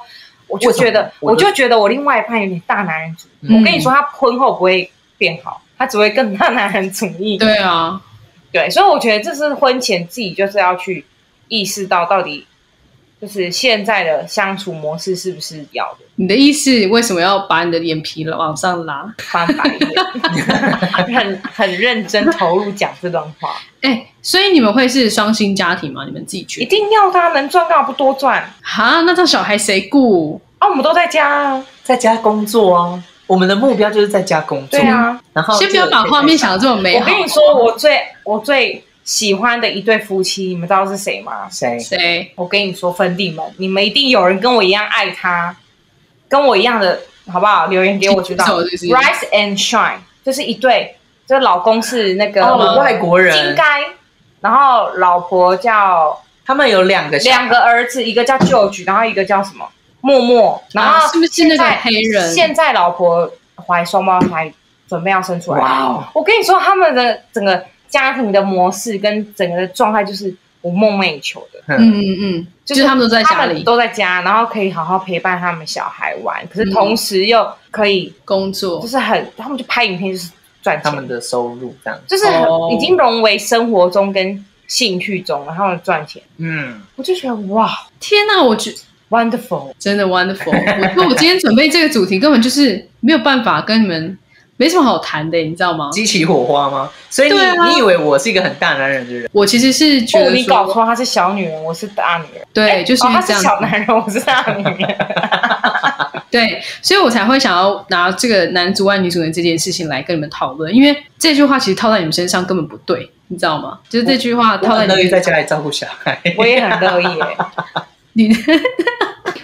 Speaker 3: 我就
Speaker 6: 为什么
Speaker 3: 觉得，
Speaker 6: 我
Speaker 3: 我
Speaker 6: 就
Speaker 3: 就觉得我另外一半有点大男人主义。
Speaker 6: 嗯
Speaker 3: 我跟你说，他婚后不会变好，他只会更大男人主义。
Speaker 5: 对啊，
Speaker 3: 对，所以我觉得这是婚前自己就是要去意识到到底就是现在的相处模式是不是要的
Speaker 5: 你的意思为什么要把你的脸皮往上拉？
Speaker 3: 翻白 *laughs* 眼，很很认真投入讲这段话，
Speaker 5: 哎，所以你们会是双薪家庭吗？你们自己
Speaker 3: *laughs* 一
Speaker 5: 觉得？
Speaker 3: 定要的啊，能赚干嘛不多赚？
Speaker 5: 哈，那这小孩谁顾？
Speaker 3: 啊，我们都在家啊，
Speaker 6: 在家工作啊，我们的目标就是在家工作。
Speaker 3: 对啊，
Speaker 6: 然后
Speaker 5: 先不要把画面想的这么美
Speaker 3: 我
Speaker 5: 好。
Speaker 3: 跟你说，我最我最喜欢的一对夫妻，你们知道是谁吗？
Speaker 6: 谁
Speaker 5: 谁？
Speaker 3: 我跟你说，粉底们，你们一定有人跟我一样爱他，跟我一样的，好不好？留言给我知
Speaker 6: *laughs*
Speaker 3: 道。
Speaker 5: 手是不是啊
Speaker 3: Rise and Shine，就是一对，这老公是那个、
Speaker 6: 哦，外国
Speaker 3: 金
Speaker 6: 人，
Speaker 3: 该，然后老婆叫
Speaker 6: 他们有两个小
Speaker 3: 两个儿子，一个叫 George，然后一个叫什么默默，然后、
Speaker 5: 啊是不是那个黑人
Speaker 3: 现在老婆怀双胞胎，准备要生出来。
Speaker 6: 哇哦，
Speaker 3: 我跟你说，他们的整个家庭的模式跟整个的状态，就是我梦寐以求的。
Speaker 5: 嗯嗯嗯，就是他们都在
Speaker 3: 他
Speaker 5: 家
Speaker 3: 们
Speaker 5: 里
Speaker 3: 都在家，然后可以好好陪伴他们小孩玩，
Speaker 5: 嗯
Speaker 3: 可是同时又可以
Speaker 5: 工作
Speaker 3: 就。是很，他们就拍影片就是赚
Speaker 6: 他
Speaker 3: 钱，
Speaker 6: 们的收入这样。
Speaker 3: 就是很
Speaker 5: 哦
Speaker 3: 已经融为生活中跟兴趣中，然后赚钱，
Speaker 6: 嗯，
Speaker 3: 我就觉得哇
Speaker 5: 天哪，我觉
Speaker 3: ，wonderful，
Speaker 5: 真的
Speaker 3: *laughs*
Speaker 5: wonderful。我觉得我今天准备这个主题根本就是没有办法跟你们没什么好谈的，你知道吗？
Speaker 6: 激起火花吗？所以你、
Speaker 5: 对啊
Speaker 6: 你以为我是一个很大男人的人？
Speaker 5: 我其实是觉
Speaker 3: 哦，
Speaker 5: 得
Speaker 3: 你
Speaker 5: 说，
Speaker 3: 搞错，她是小女人，我是大女人，
Speaker 5: 对，就是
Speaker 3: 哦，她
Speaker 5: 这
Speaker 3: 是
Speaker 5: 样子。
Speaker 3: 小男人，我是大
Speaker 5: *laughs*
Speaker 3: 女人，
Speaker 5: 对，所以我才会想要拿这个男主外女主人这件事情来跟你们讨论，因为这句话其实套在你们身上根本不对，你知道吗？就是这句话
Speaker 6: 我
Speaker 5: 套在
Speaker 6: 很乐
Speaker 5: 你
Speaker 6: 意
Speaker 5: 们
Speaker 6: 在家里照顾小孩。
Speaker 3: 我也很乐意耶，
Speaker 5: *laughs* 你，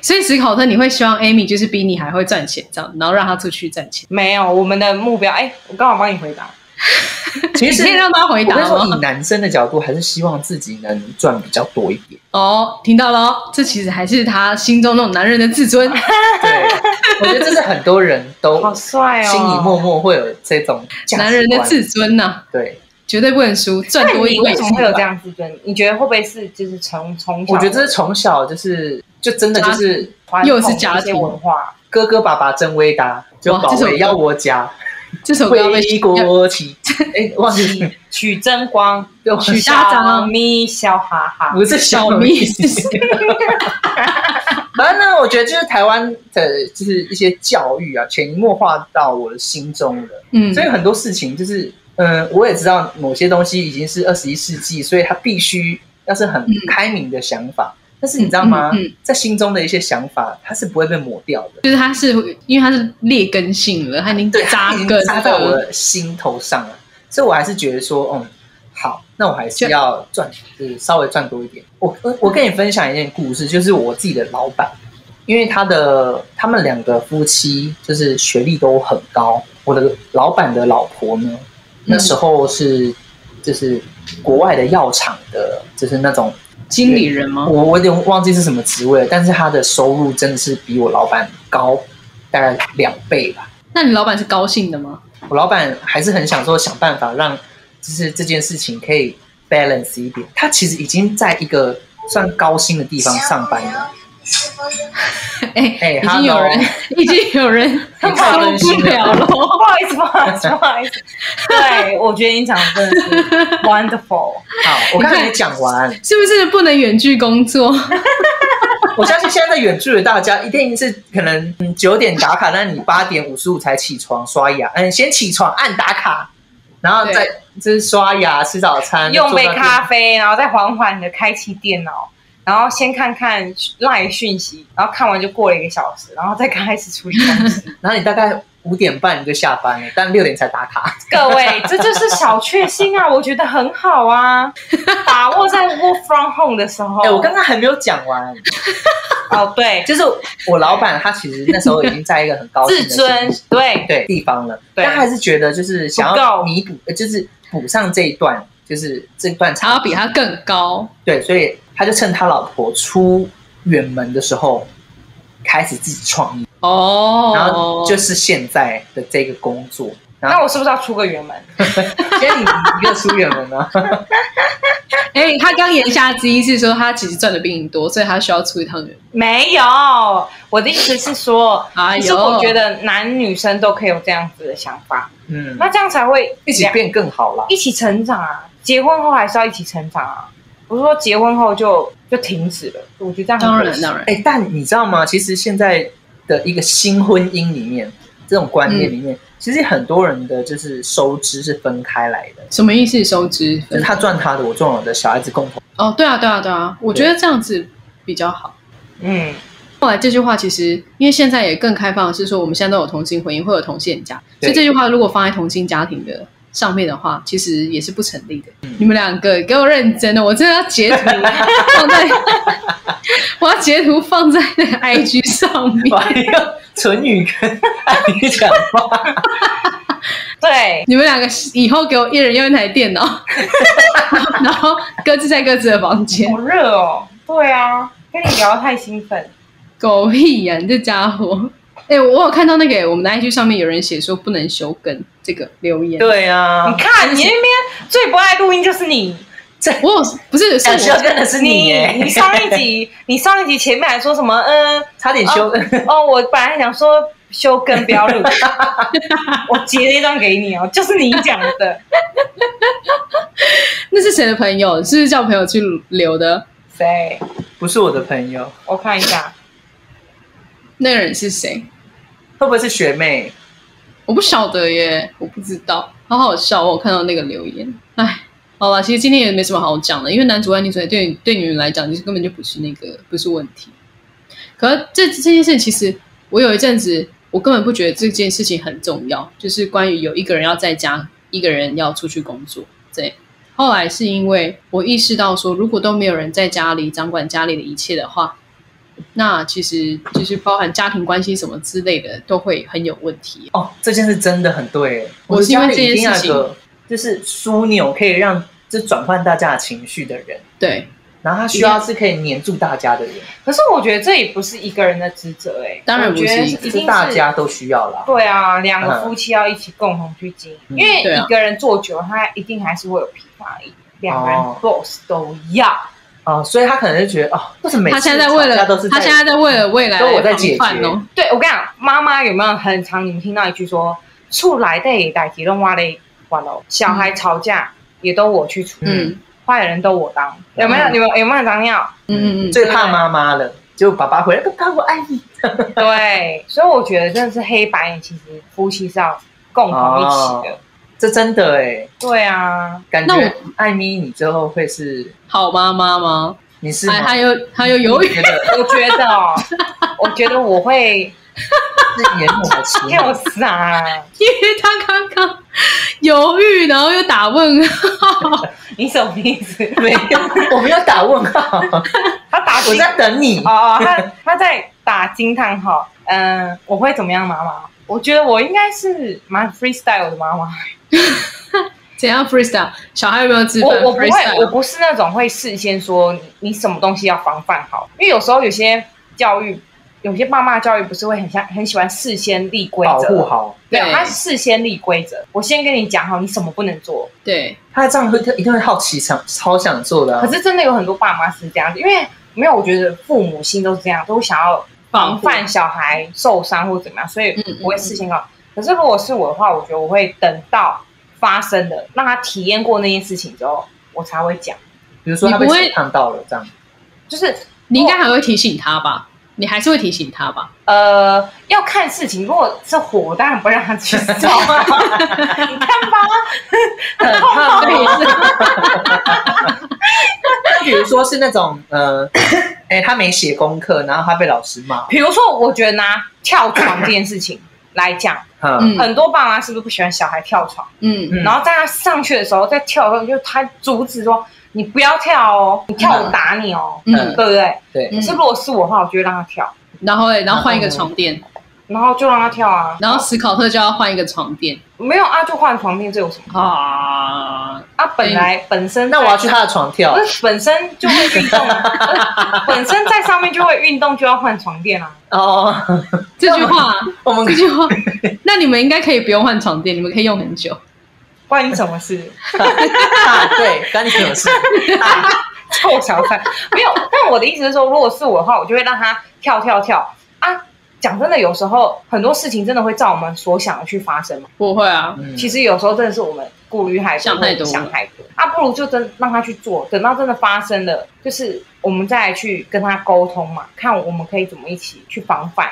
Speaker 5: 所以史考特你会希望 Amy 就是比你还会赚钱这样，然后让她出去赚钱，
Speaker 3: *laughs* 没有，我们的目标，哎，我刚好帮你回答，
Speaker 6: *laughs* 其实
Speaker 5: 你可以让她回
Speaker 6: 我
Speaker 5: 答哦
Speaker 6: 跟你说，以
Speaker 5: 吗？
Speaker 6: 男生的角度，还是希望自己能赚比较多一点。
Speaker 5: 哦，听到了哦，这其实还是他心中那种男人的
Speaker 6: *laughs*
Speaker 5: 自尊。
Speaker 6: 对，我觉得这是很多人都
Speaker 3: 好帅哦，
Speaker 6: 心里默默会有这种价值观
Speaker 5: 男人的自尊呐、
Speaker 6: 对，
Speaker 5: 绝对不能输，赚
Speaker 3: 那
Speaker 5: 多一点
Speaker 3: 你为什么会有这样自尊？你觉得会不会是就是从从小？
Speaker 6: 我觉得这是从小就是就真的就是
Speaker 3: 传统
Speaker 5: 又是家
Speaker 3: 这些
Speaker 5: 庭
Speaker 3: 文
Speaker 5: *laughs*
Speaker 3: 化，
Speaker 6: 哥哥爸爸真伟大，就
Speaker 5: 哇
Speaker 6: 保
Speaker 5: 这首歌
Speaker 6: 卫要我家，
Speaker 5: 这首歌要被
Speaker 6: 挥国旗，哎，忘记
Speaker 3: 曲曲争光，
Speaker 5: *laughs*
Speaker 6: 对我
Speaker 5: 曲家
Speaker 3: 小
Speaker 5: 长
Speaker 3: 咪笑哈哈，
Speaker 6: 不是
Speaker 5: 小
Speaker 6: 啊小
Speaker 5: 咪
Speaker 6: 米。*laughs*
Speaker 5: 是谁？
Speaker 6: 反正呢，我觉得就是台湾的，就是一些教育啊，潜移默化到我的心中了。
Speaker 5: 嗯
Speaker 6: 所以很多事情就是，嗯、我也知道某些东西已经是二十一世纪，所以它必须要是很开明的想法。但是你知道吗？
Speaker 5: 嗯嗯嗯嗯
Speaker 6: 在心中的一些想法，它是不会被抹掉的。
Speaker 5: 就是它是因为它是劣根性了，它已
Speaker 6: *laughs*
Speaker 5: 经
Speaker 6: 对，它
Speaker 5: 扎
Speaker 6: 已经
Speaker 5: 根
Speaker 6: 扎在我
Speaker 5: 了。
Speaker 6: 的心头上了。所以我还是觉得说，嗯，好，那我还是
Speaker 5: 就
Speaker 6: 要赚，就是稍微赚多一点。我我我跟你分享一件故事，就是我自己的老板，因为他的他们两个夫妻就是学历都很高，我的老板的老婆呢，那
Speaker 5: 嗯
Speaker 6: 时候是就是国外的药厂的，就是那种
Speaker 5: 经理人吗？
Speaker 6: 我我有点忘记是什么职位了，但是他的收入真的是比我老板高大概两倍吧。
Speaker 5: 那你老板是高兴的吗？
Speaker 6: 我老板还是很想说想办法让，就是这件事情可以 balance 一点。他其实已经在一个算高薪的地方上班了，
Speaker 5: 哎、
Speaker 6: 哎
Speaker 5: 已经有人，已经有人
Speaker 6: 你太温
Speaker 5: 受
Speaker 6: 馨
Speaker 5: 不了
Speaker 6: 了
Speaker 5: 了。
Speaker 3: *laughs* 不好意思，不好意思，不好意
Speaker 5: *laughs*
Speaker 3: 思。对，我觉得你讲的真的是 wonderful。
Speaker 6: 好，我刚才
Speaker 3: *laughs*
Speaker 6: 没讲完，
Speaker 5: 是不是不能远距工作？
Speaker 6: 我相信现在在远距的大家一定是可能嗯九点打卡，但你八点五十五才起床刷牙，嗯，先起床按打卡，然后再就是刷牙吃早餐，
Speaker 3: 用杯
Speaker 6: 坐到
Speaker 3: 咖啡，然后再缓缓的开启电脑，然后先看看赖讯息，然后看完就过了一个小时，然后再开始处理东西。
Speaker 6: 然后你大概五点半你就下班了，但六点才打卡。
Speaker 3: *laughs* 各位，这就是小确幸啊，我觉得很好 *laughs* 啊，把握在 work from home 的时候。
Speaker 6: 哎、我刚刚还没有讲完。
Speaker 3: 哦，对，
Speaker 6: 就是我老板，他其实那时候已经在一个很高兴
Speaker 3: *laughs*
Speaker 6: 的
Speaker 3: 自尊，对，
Speaker 6: 对地方了，
Speaker 3: 对
Speaker 6: 但他还是觉得就是想
Speaker 3: 不
Speaker 6: 要
Speaker 3: 够
Speaker 6: 弥补，呃就是补上这一段，就是这段
Speaker 5: 他要
Speaker 6: 差
Speaker 5: 比他更高，
Speaker 6: 对，所以他就趁他老婆出远门的时候，开始自己创业，
Speaker 5: 哦，
Speaker 6: 然后就是现在的这个工作。然
Speaker 3: 那
Speaker 6: 后
Speaker 3: 我是不是要出个远门？
Speaker 6: 现在你一个出远门啊呢，
Speaker 5: 哎、他刚言下之意是说他其实赚的比你多，所以他需要出一趟远门。
Speaker 3: 没有，我的意思是说，
Speaker 5: 哎呦
Speaker 3: 其实我觉得男女生都可以有这样子的想法，
Speaker 6: 嗯，
Speaker 3: 那这样才会
Speaker 6: 一起变更好啦。
Speaker 3: 一起成长啊。结婚后还是要一起成长啊。我是说结婚后就就停止了，我觉得这样很
Speaker 5: 当
Speaker 3: 可
Speaker 5: 然
Speaker 3: 惜
Speaker 5: 当然，
Speaker 6: 哎、但你知道吗？其实现在的一个新婚姻里面，这种观念里面，其实很多人的就是收支是分开来的，
Speaker 5: 什么意思？收支
Speaker 6: 就是他赚他的，我赚我的，小孩子共同。
Speaker 5: 哦，对啊对啊对啊，我觉得这样子比较好。
Speaker 3: 嗯，
Speaker 5: 后来这句话其实，因为现在也更开放，是说我们现在都有同性婚姻，会有同性家，所
Speaker 6: 对
Speaker 5: 以这句话如果放在同性家庭的上面的话，其实也是不成立的。
Speaker 6: 嗯
Speaker 5: 你们两个给我认真的，我真的要截图放
Speaker 6: *laughs*
Speaker 5: 在，我要截图放在那个 IG 上 *laughs* 面。
Speaker 6: 哇，你要唇语跟爱你讲话，
Speaker 5: *laughs*
Speaker 3: 对，
Speaker 5: 你们两个以后给我一人用一台电脑， *laughs* 然后各自在各自的房间
Speaker 6: *laughs*
Speaker 3: 好。热哦。对啊，跟你聊得太兴奋，
Speaker 5: 狗屁呀、你这家伙！哎、我有看到那个我们的 IG 上面有人写说不能休更这个留言，
Speaker 6: 对
Speaker 3: 你
Speaker 6: 啊，
Speaker 3: 看你那边最不爱录音就是你，
Speaker 5: 我有不是是
Speaker 6: 想休
Speaker 5: 我
Speaker 6: 更的是你耶，
Speaker 3: 你上一集，你上一集前面还说什么？嗯，
Speaker 6: 差点休，
Speaker 3: 哦，我本来想说休更不要录，我截了一张给你哦，就是你讲的，
Speaker 5: 那是谁的朋友？是不是叫朋友去留的？
Speaker 3: 谁？
Speaker 6: *laughs* 不是我的朋友，
Speaker 3: 我看一下，
Speaker 5: 那个人是谁？
Speaker 6: 会不会是学妹？
Speaker 5: 我不晓得耶，我不知道，好好笑。我有看到那个留言，哎，好了，其实今天也没什么好讲的，因为男主外女主内对你对你们来讲，就是根本就不是那个不是问题。可是这这件事，其实我有一阵子，我根本不觉得这件事情很重要，就是关于有一个人要在家，一个人要出去工作。对，后来是因为我意识到说，如果都没有人在家里掌管家里的一切的话，那其实就是包含家庭关系什么之类的，都会很有问题耶。
Speaker 6: 哦，这件事真的很对耶，
Speaker 5: 我是因为
Speaker 6: 家里一定要有一
Speaker 5: 这件事
Speaker 6: 个就是枢纽，可以让就转换大家的情绪的人。
Speaker 5: 对，
Speaker 6: 然后他需要是可以黏住大家的人，
Speaker 3: 可是我觉得这也不是一个人的职责哎、
Speaker 5: 当然不
Speaker 3: 我
Speaker 5: 是
Speaker 3: 觉得
Speaker 5: 一
Speaker 3: 一
Speaker 5: 个
Speaker 3: 定
Speaker 6: 是
Speaker 3: 是
Speaker 6: 大家都需要啦。
Speaker 3: 对啊，两个
Speaker 6: 嗯
Speaker 3: 夫妻要一起共同去经营，
Speaker 6: 嗯
Speaker 3: 因为
Speaker 5: 对啊
Speaker 3: 一个人做久了，他一定还是会有疲乏意，两个人
Speaker 6: 哦
Speaker 3: boss 都要。
Speaker 6: 哦，所以他可能就觉得哦，为什么每次
Speaker 5: 他现在在为
Speaker 6: 吵架
Speaker 5: 了
Speaker 6: 都是
Speaker 5: 他现在在为了未来
Speaker 6: 都我在
Speaker 5: 防
Speaker 6: 解
Speaker 5: 范
Speaker 6: 决
Speaker 5: 哦。
Speaker 3: 对我跟你讲，妈妈有没有很常你们听到一句说“厝来的代志拢我来管咯”，小孩吵架、也都我去处理，
Speaker 5: 嗯
Speaker 3: 坏人都我当，有没有？
Speaker 5: 嗯
Speaker 3: 你们有没有很常听到？
Speaker 5: 嗯嗯嗯，
Speaker 6: 最怕妈妈了，就爸爸回来，爸爸我哎爱你，
Speaker 3: 对，所以我觉得真的是黑白，其实夫妻是要共同一起的。
Speaker 5: 哦
Speaker 6: 这真的哎，
Speaker 3: 对啊，
Speaker 6: 感
Speaker 5: 那
Speaker 6: 觉
Speaker 5: 我
Speaker 6: 艾米你最后会是
Speaker 5: 好妈妈吗？
Speaker 6: 你是
Speaker 5: 哎，
Speaker 6: 吗 *laughs*
Speaker 5: 他？又他又犹
Speaker 6: 我
Speaker 5: 豫，
Speaker 6: 觉得
Speaker 3: *laughs* 我觉得哦，我觉得我会
Speaker 6: 是黏我的
Speaker 3: *laughs*
Speaker 6: 吃
Speaker 3: 跳伞。
Speaker 5: 因为他刚刚犹豫，然后又打问 *laughs* 号。
Speaker 3: 你什么意思？
Speaker 6: *laughs* 没有，我没有打问号，
Speaker 3: 他打
Speaker 6: 我
Speaker 3: 惊
Speaker 6: 在等你
Speaker 3: 哦。哦，他他在打惊叹号。嗯，我会怎么样，妈妈？我觉得我应该是蛮 freestyle 的妈妈。
Speaker 5: 怎样 freestyle？小孩有没有自
Speaker 3: 我
Speaker 5: 分
Speaker 3: 我不会，我
Speaker 5: freestyle？
Speaker 3: 不是那种会事先说你你什么东西要防范好，因为有时候有些教育，有些爸妈教育不是会很像很喜欢事先立规
Speaker 6: 保护
Speaker 3: 则。
Speaker 6: 好，
Speaker 3: 对，
Speaker 5: 对
Speaker 3: 他是事先立规则，我先跟你讲好，你什么不能做。
Speaker 5: 对，
Speaker 6: 他这样会一定会好奇想超想做的啊。
Speaker 3: 可是真的有很多爸妈是这样子，因为没有，我觉得父母心都是这样，都想要防范小孩受伤或怎么样，所以
Speaker 5: 嗯嗯嗯
Speaker 3: 我会事先告诉。可是如果是我的话，我觉得我会等到发生的，让他体验过那件事情之后，我才会讲。
Speaker 6: 比如说他被
Speaker 5: 你不会
Speaker 6: 手烫到了这样，
Speaker 3: 就是
Speaker 5: 你应该还会提醒他吧？你还是会提醒他吧？
Speaker 3: 呃，要看事情，如果是火，我当然不会让他
Speaker 5: *laughs*
Speaker 3: 去烧啊。你看吧，
Speaker 6: 很
Speaker 3: *laughs*
Speaker 6: 烫
Speaker 5: 对，
Speaker 6: 到 *laughs*
Speaker 5: 也是
Speaker 6: 比如说是那种呃，哎、他没写功课，然后他被老师骂，
Speaker 3: 比如说，我觉得拿跳床这件事情来讲，
Speaker 6: 嗯，
Speaker 5: 嗯
Speaker 3: 很多爸妈是不是不喜欢小孩跳床？
Speaker 5: 嗯，
Speaker 6: 嗯
Speaker 3: 然后在他上去的时候，在跳的时候，就他阻止说：“你不要跳哦，
Speaker 6: 嗯
Speaker 3: 你跳我打你哦，
Speaker 5: 嗯
Speaker 3: 对不对？”
Speaker 6: 对，
Speaker 3: 可
Speaker 5: 嗯
Speaker 3: 是如果是我的话，我就会让他跳，
Speaker 5: 然后欸然后换一个床垫，
Speaker 3: 然后就让他跳啊。
Speaker 5: 然后史考特就要换一个床垫
Speaker 3: 没有啊，就换床垫，这有什么？
Speaker 5: 啊。
Speaker 3: 啊，本来本身
Speaker 6: 嗯那我要
Speaker 3: 在
Speaker 6: 去他的床跳
Speaker 3: *laughs* 不是本身就会运动
Speaker 6: *laughs*
Speaker 3: 啊，本身在上面就会运动，就要换床垫啊。
Speaker 6: 哦。
Speaker 5: 这句话，
Speaker 6: 我们
Speaker 5: 这句话，那你们应该可以不用换床垫，你们可以用很久。
Speaker 3: 关你什么
Speaker 6: *laughs*
Speaker 3: 事？
Speaker 6: *laughs* 啊，对，干你什么事？
Speaker 3: 臭小三，没有。但我的意思是说，如果是我的话，我就会让他跳跳跳啊。讲真的，有时候很多事情真的会照我们所想的去发生嘛。
Speaker 5: 不会啊，
Speaker 6: 嗯
Speaker 3: 其实有时候真的是我们顾虑海
Speaker 5: 想
Speaker 3: 波
Speaker 5: 太多了
Speaker 3: 想太多，啊，不如就真让他去做，等到真的发生了，就是我们再来去跟他沟通嘛，看我们可以怎么一起去防范，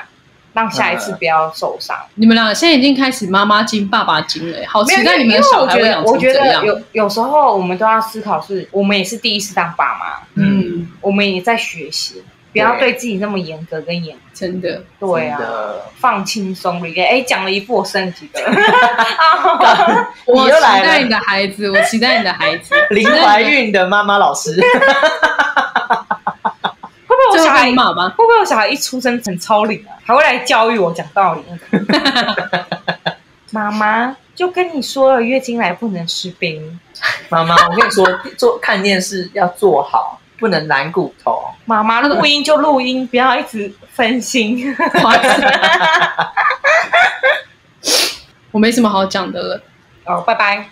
Speaker 3: 让下一次
Speaker 5: 嗯
Speaker 3: 不要受伤。
Speaker 5: 你们俩现在已经开始妈妈经、爸爸经了耶，好
Speaker 3: 没有
Speaker 5: 哦期，待你
Speaker 3: 因
Speaker 5: 们
Speaker 3: 为因
Speaker 5: 的
Speaker 3: 为
Speaker 5: 小
Speaker 3: 我
Speaker 5: 孩
Speaker 3: 觉
Speaker 5: 会
Speaker 3: 得
Speaker 5: 养，
Speaker 3: 我
Speaker 5: 成
Speaker 3: 觉
Speaker 5: 怎
Speaker 3: 得
Speaker 5: 样。
Speaker 3: 有有时候我们都要思考是，我们也是第一次当爸妈，
Speaker 5: 嗯，
Speaker 3: 我们也在学习，不要
Speaker 6: 对
Speaker 3: 对自己那么严格跟严。
Speaker 5: 真的，
Speaker 3: 对
Speaker 6: 真
Speaker 3: 啊，
Speaker 6: 的
Speaker 3: 放轻松一点。哎，讲了一部我升级
Speaker 5: *laughs*
Speaker 3: 的，
Speaker 6: 你
Speaker 5: 我
Speaker 6: 又
Speaker 5: 期
Speaker 6: 来了
Speaker 5: 待你的孩子，我期待你的孩
Speaker 3: *laughs*
Speaker 5: 子。
Speaker 6: 林怀孕的妈妈老师，
Speaker 3: 会不会
Speaker 5: 最
Speaker 3: *laughs* 我小
Speaker 5: 后
Speaker 3: 孩
Speaker 5: 被骂吧，
Speaker 3: 会不会我小孩一出生很超龄啊，还会来教育我讲道理那种？妈妈就跟你说了，月经来不能吃冰。
Speaker 6: 妈妈，我跟你说，做看电视要做好，不能懒骨头。
Speaker 3: 妈妈录音就录音，不要一直分心。
Speaker 5: 夸张 *laughs* 我没什么好讲的了。
Speaker 3: 哦，拜拜。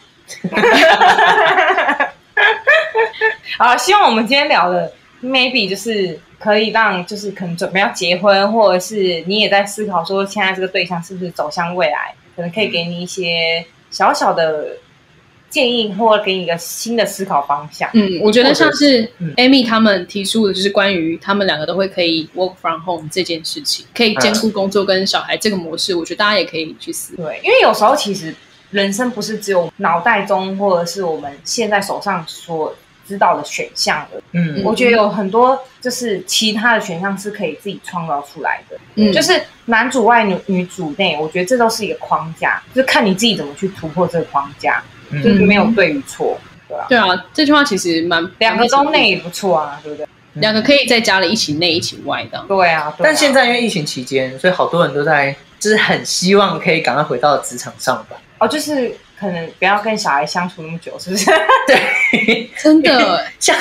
Speaker 3: *laughs* 好，希望我们今天聊的 maybe 就是可以让就是可能准备要结婚，或者是你也在思考说现在这个对象是不是走向未来，可能可以给你一些小小的建议，或者给你一个新的思考方向。
Speaker 5: 嗯，我觉得像是
Speaker 6: 嗯
Speaker 5: Amy 他们提出的，就是关于他们两个都会可以 work from home 这件事情，可以兼
Speaker 3: 嗯
Speaker 5: 顾工作跟小孩这个模式，我觉得大家也可以去思考。
Speaker 3: 对，因为有时候其实人生不是只有脑袋中或者是我们现在手上所知道的选项而已
Speaker 6: 嗯
Speaker 3: 我觉得有很多就是其他的选项是可以自己创造出来的，
Speaker 5: 嗯，
Speaker 3: 就。是男主外女女主内，我觉得这都是一个框架，就是看你自己怎么去突破这个框架，
Speaker 6: 嗯
Speaker 5: 嗯
Speaker 3: 就是没有对与错，
Speaker 5: 对啊，这句话其实蛮
Speaker 3: 两个都，内也不错啊，对不对？
Speaker 6: 嗯
Speaker 5: 两个可以在家里一起内一起外
Speaker 3: *laughs*
Speaker 5: 的。
Speaker 3: 对啊，对啊
Speaker 6: 但现在因为疫情期间，所以好多人都在，就是很希望可以赶快回到职场上班。
Speaker 3: 哦，就是可能不要跟小孩相处那么久，是不是？ *laughs*
Speaker 5: 真的，
Speaker 6: 像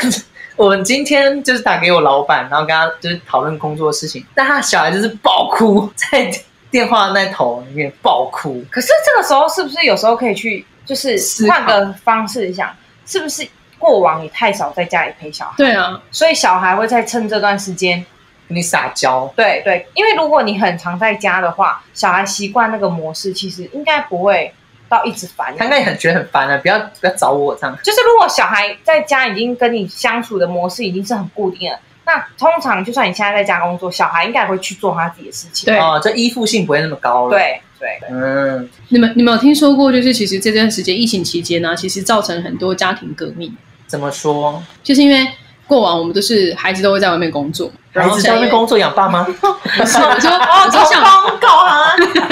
Speaker 6: 我们今天就是打给我老板，然后跟他就是讨论工作的事情，但他小孩就是爆哭， *laughs* 在电话那头里面爆哭。
Speaker 3: 可是这个时候是不是有时候可以去，就是
Speaker 6: 思考
Speaker 3: 换个方式想，是不是过往你太少在家里陪小孩，
Speaker 5: 对啊，
Speaker 3: 所以小孩会在趁这段时间
Speaker 6: 跟你撒娇，
Speaker 3: 对对，因为如果你很常在家的话，小孩习惯那个模式，其实应该不会到一直烦你
Speaker 6: 他。应该也很觉得很烦啊，不要不要找我这样。
Speaker 3: 就是如果小孩在家已经跟你相处的模式已经是很固定了，那通常就算你现在在家工作，小孩应该也会去做他自己的事情。
Speaker 5: 对
Speaker 6: 哦，这依附性不会那么高了。，
Speaker 3: 对对对
Speaker 6: 嗯，
Speaker 5: 你们你们有听说过，就是其实这段时间疫情期间呢、其实造成很多家庭革命，
Speaker 6: 怎么说？
Speaker 5: 就是因为过往我们都是孩子都会在外面工作，
Speaker 6: 孩
Speaker 5: 然后
Speaker 6: 子在外面工作养哦爸 *laughs* 妈，
Speaker 5: 不
Speaker 6: *laughs*
Speaker 5: 是，我说我说像
Speaker 6: 公狗啊 *laughs*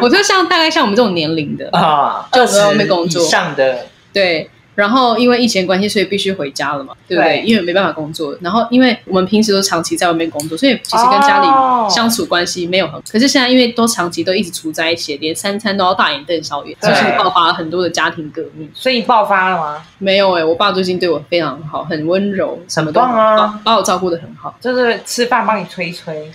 Speaker 5: 我说像大概像我们这种年龄的，
Speaker 6: 啊，
Speaker 5: 就
Speaker 6: 二
Speaker 5: 在外面
Speaker 6: 十
Speaker 5: 工
Speaker 6: 以
Speaker 5: 作
Speaker 6: 上的，
Speaker 5: 对。然后因为疫情的关系，所以必须回家了嘛，对不对？
Speaker 3: 对
Speaker 5: 因为没办法工作。然后因为我们平时都长期在外面工作，所以其实跟家
Speaker 3: 哦
Speaker 5: 里相处关系没有很。可是现在因为都长期都一直处在一起，连三餐都要大眼瞪小眼，所
Speaker 3: 对
Speaker 5: 以爆发了很多的家庭革命。
Speaker 3: 所以你爆发了吗？
Speaker 5: 没有哎、我爸最近对我非常好，很温柔，什么都
Speaker 6: 很棒啊
Speaker 5: 好，把我照顾的很好。
Speaker 3: 就是吃饭帮你吹一 *laughs* 吹，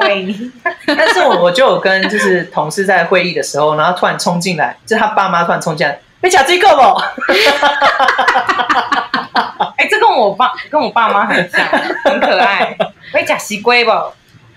Speaker 3: 喂你。
Speaker 6: 但是我我就有跟就是同事在会议的时候，然后突然冲进来，就是他爸妈突然冲进来，被假这个不？
Speaker 3: 哎、这跟我爸跟我爸妈很像，很可 *laughs* 爱。会假西龟不？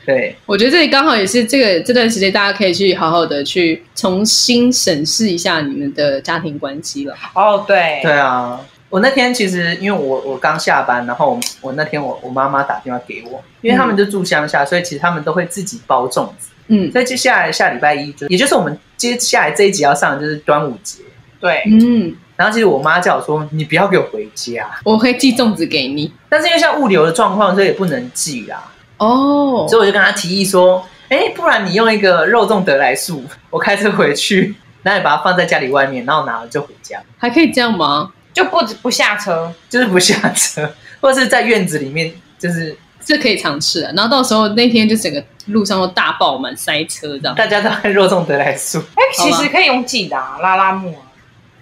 Speaker 6: 对，
Speaker 5: 我觉得这里刚好也是这个这段时间，大家可以去好好的去重新审视一下你们的家庭关系了。
Speaker 3: 哦，对
Speaker 6: 对啊，我那天其实因为我我刚下班，然后我我那天我我妈妈打电话给我，因为他们就住乡下，所以其实他们都会自己包粽子。
Speaker 5: 嗯
Speaker 6: 所以接下来下礼拜一就，也就是我们接下来这一集要上的就是端午节。
Speaker 3: 对，
Speaker 5: 嗯，
Speaker 6: 然后其实我妈叫我说，你不要给我回家，
Speaker 5: 我会寄粽子给你
Speaker 6: 但是因为像物流的状况，所以也不能寄啦。
Speaker 5: 哦
Speaker 6: 所以我就跟他提议说，哎，不然你用一个肉粽得来速，我开车回去， *laughs* 然后你把它放在家里外面，然后拿了就回家，
Speaker 5: 还可以这样吗？
Speaker 3: 就不不下车。
Speaker 6: 就是不下车， *laughs* 或者是在院子里面，就是
Speaker 5: 这可以尝试啊。然后到时候那天就整个路上都大爆满塞车这样。
Speaker 6: 大家都爱肉粽得来速。
Speaker 3: 哎、其
Speaker 5: 好
Speaker 3: 实
Speaker 5: 吧
Speaker 3: 可以用寄的啊，拉拉木啊。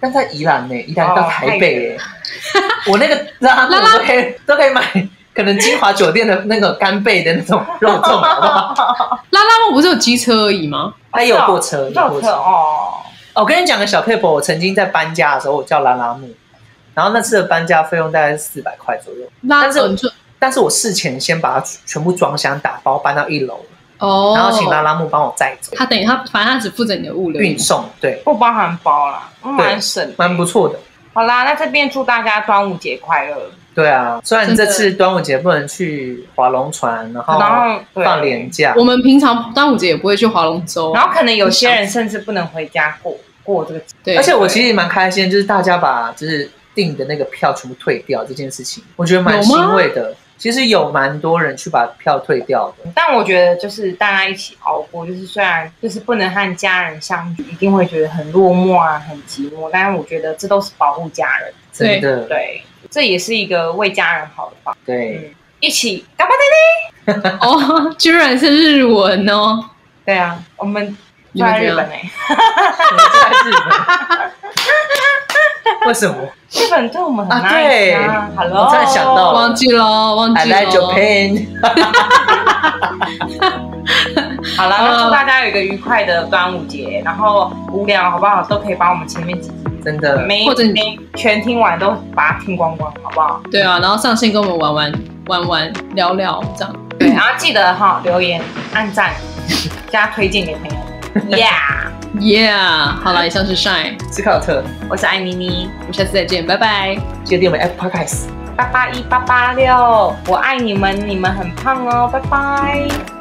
Speaker 6: 但在宜兰呢、宜兰到
Speaker 3: 哦
Speaker 6: 台北、欸，我那个拉
Speaker 5: 拉
Speaker 6: 拉都可以都可以买，可能金华酒店的那个干贝的那种肉粽，好不好？
Speaker 5: 拉拉木不是有机车而已吗？
Speaker 6: 它有过车，有
Speaker 3: 肉
Speaker 6: 过
Speaker 3: 车
Speaker 6: 车。
Speaker 3: 哦，
Speaker 6: 哦我跟你讲个小 paper，我曾经在搬家的时候，我叫拉拉木，然后那次的搬家费用大概是四百块左右，
Speaker 5: 拉
Speaker 6: 但是
Speaker 5: 哦你说
Speaker 6: 但是我事前先把它全部装箱打包搬到一楼，
Speaker 5: 哦，
Speaker 6: 然后请拉拉木帮我载走，
Speaker 5: 他等于他，反正他只负责你的物流
Speaker 6: 运送，对，
Speaker 3: 不包含包啦，嗯蛮省。
Speaker 6: 蛮不错的。
Speaker 3: 好啦，那这边祝大家端午节快乐。
Speaker 6: 对啊，虽然
Speaker 5: 真的
Speaker 6: 这次端午节不能去划龙船，然后
Speaker 3: 然后对
Speaker 6: 哦放年假
Speaker 5: 我，们平常端午节也不会去划龙舟，
Speaker 3: 然后可能有些人甚至不能回家过过这个节。
Speaker 5: 对，
Speaker 6: 而且我其实蛮开心，就是大家把就是订的那个票全部退掉这件事情，我觉得蛮
Speaker 5: 有吗
Speaker 6: 欣慰的。其实有蛮多人去把票退掉的，
Speaker 3: 但我觉得就是大家一起熬过，就是虽然就是不能和家人相聚，一定会觉得很落寞啊，很寂寞。但是我觉得这都是保护家人，
Speaker 6: 真的，
Speaker 3: 对，这也是一个为家人好的吧。
Speaker 6: 对，
Speaker 3: 嗯，一起干巴爹
Speaker 5: 哦，居然是日文哦，
Speaker 3: 对啊，我们
Speaker 5: 你
Speaker 3: 住
Speaker 5: 们
Speaker 3: 在
Speaker 5: 怎
Speaker 3: 日本
Speaker 5: 样？
Speaker 3: 哎、
Speaker 6: 在日本 *laughs* 为什么？
Speaker 3: 日本对我们很
Speaker 6: 啊
Speaker 3: nice
Speaker 6: 对
Speaker 3: 啊。Hello，
Speaker 6: 我突然想到
Speaker 5: 忘记了，哦忘记
Speaker 6: I
Speaker 5: 了。
Speaker 6: like Japan，
Speaker 3: 好了，
Speaker 5: 嗯
Speaker 6: 啊
Speaker 3: 那祝大家有一个愉快的端午节，然后无聊好不好，都可以把我们前面几集
Speaker 6: 真的，
Speaker 3: 没
Speaker 5: 或者你
Speaker 3: 没全听完都把它听光光，好
Speaker 5: *clears throat*
Speaker 3: 不好？
Speaker 5: 对啊，然后上线跟我们玩玩玩玩聊聊这样。
Speaker 3: 对，然后记得哈留言、按赞、加推荐给朋
Speaker 5: *laughs*
Speaker 3: 友。Yeah，
Speaker 5: Yeah，好了，以上是 Shine，
Speaker 6: 斯考特，
Speaker 3: 我是艾妮妮，
Speaker 5: 我们下次再见，拜拜。
Speaker 6: 记得订我们 Apple Podcast。
Speaker 3: 八八一八八六，我爱你们，你们很胖哦，拜拜。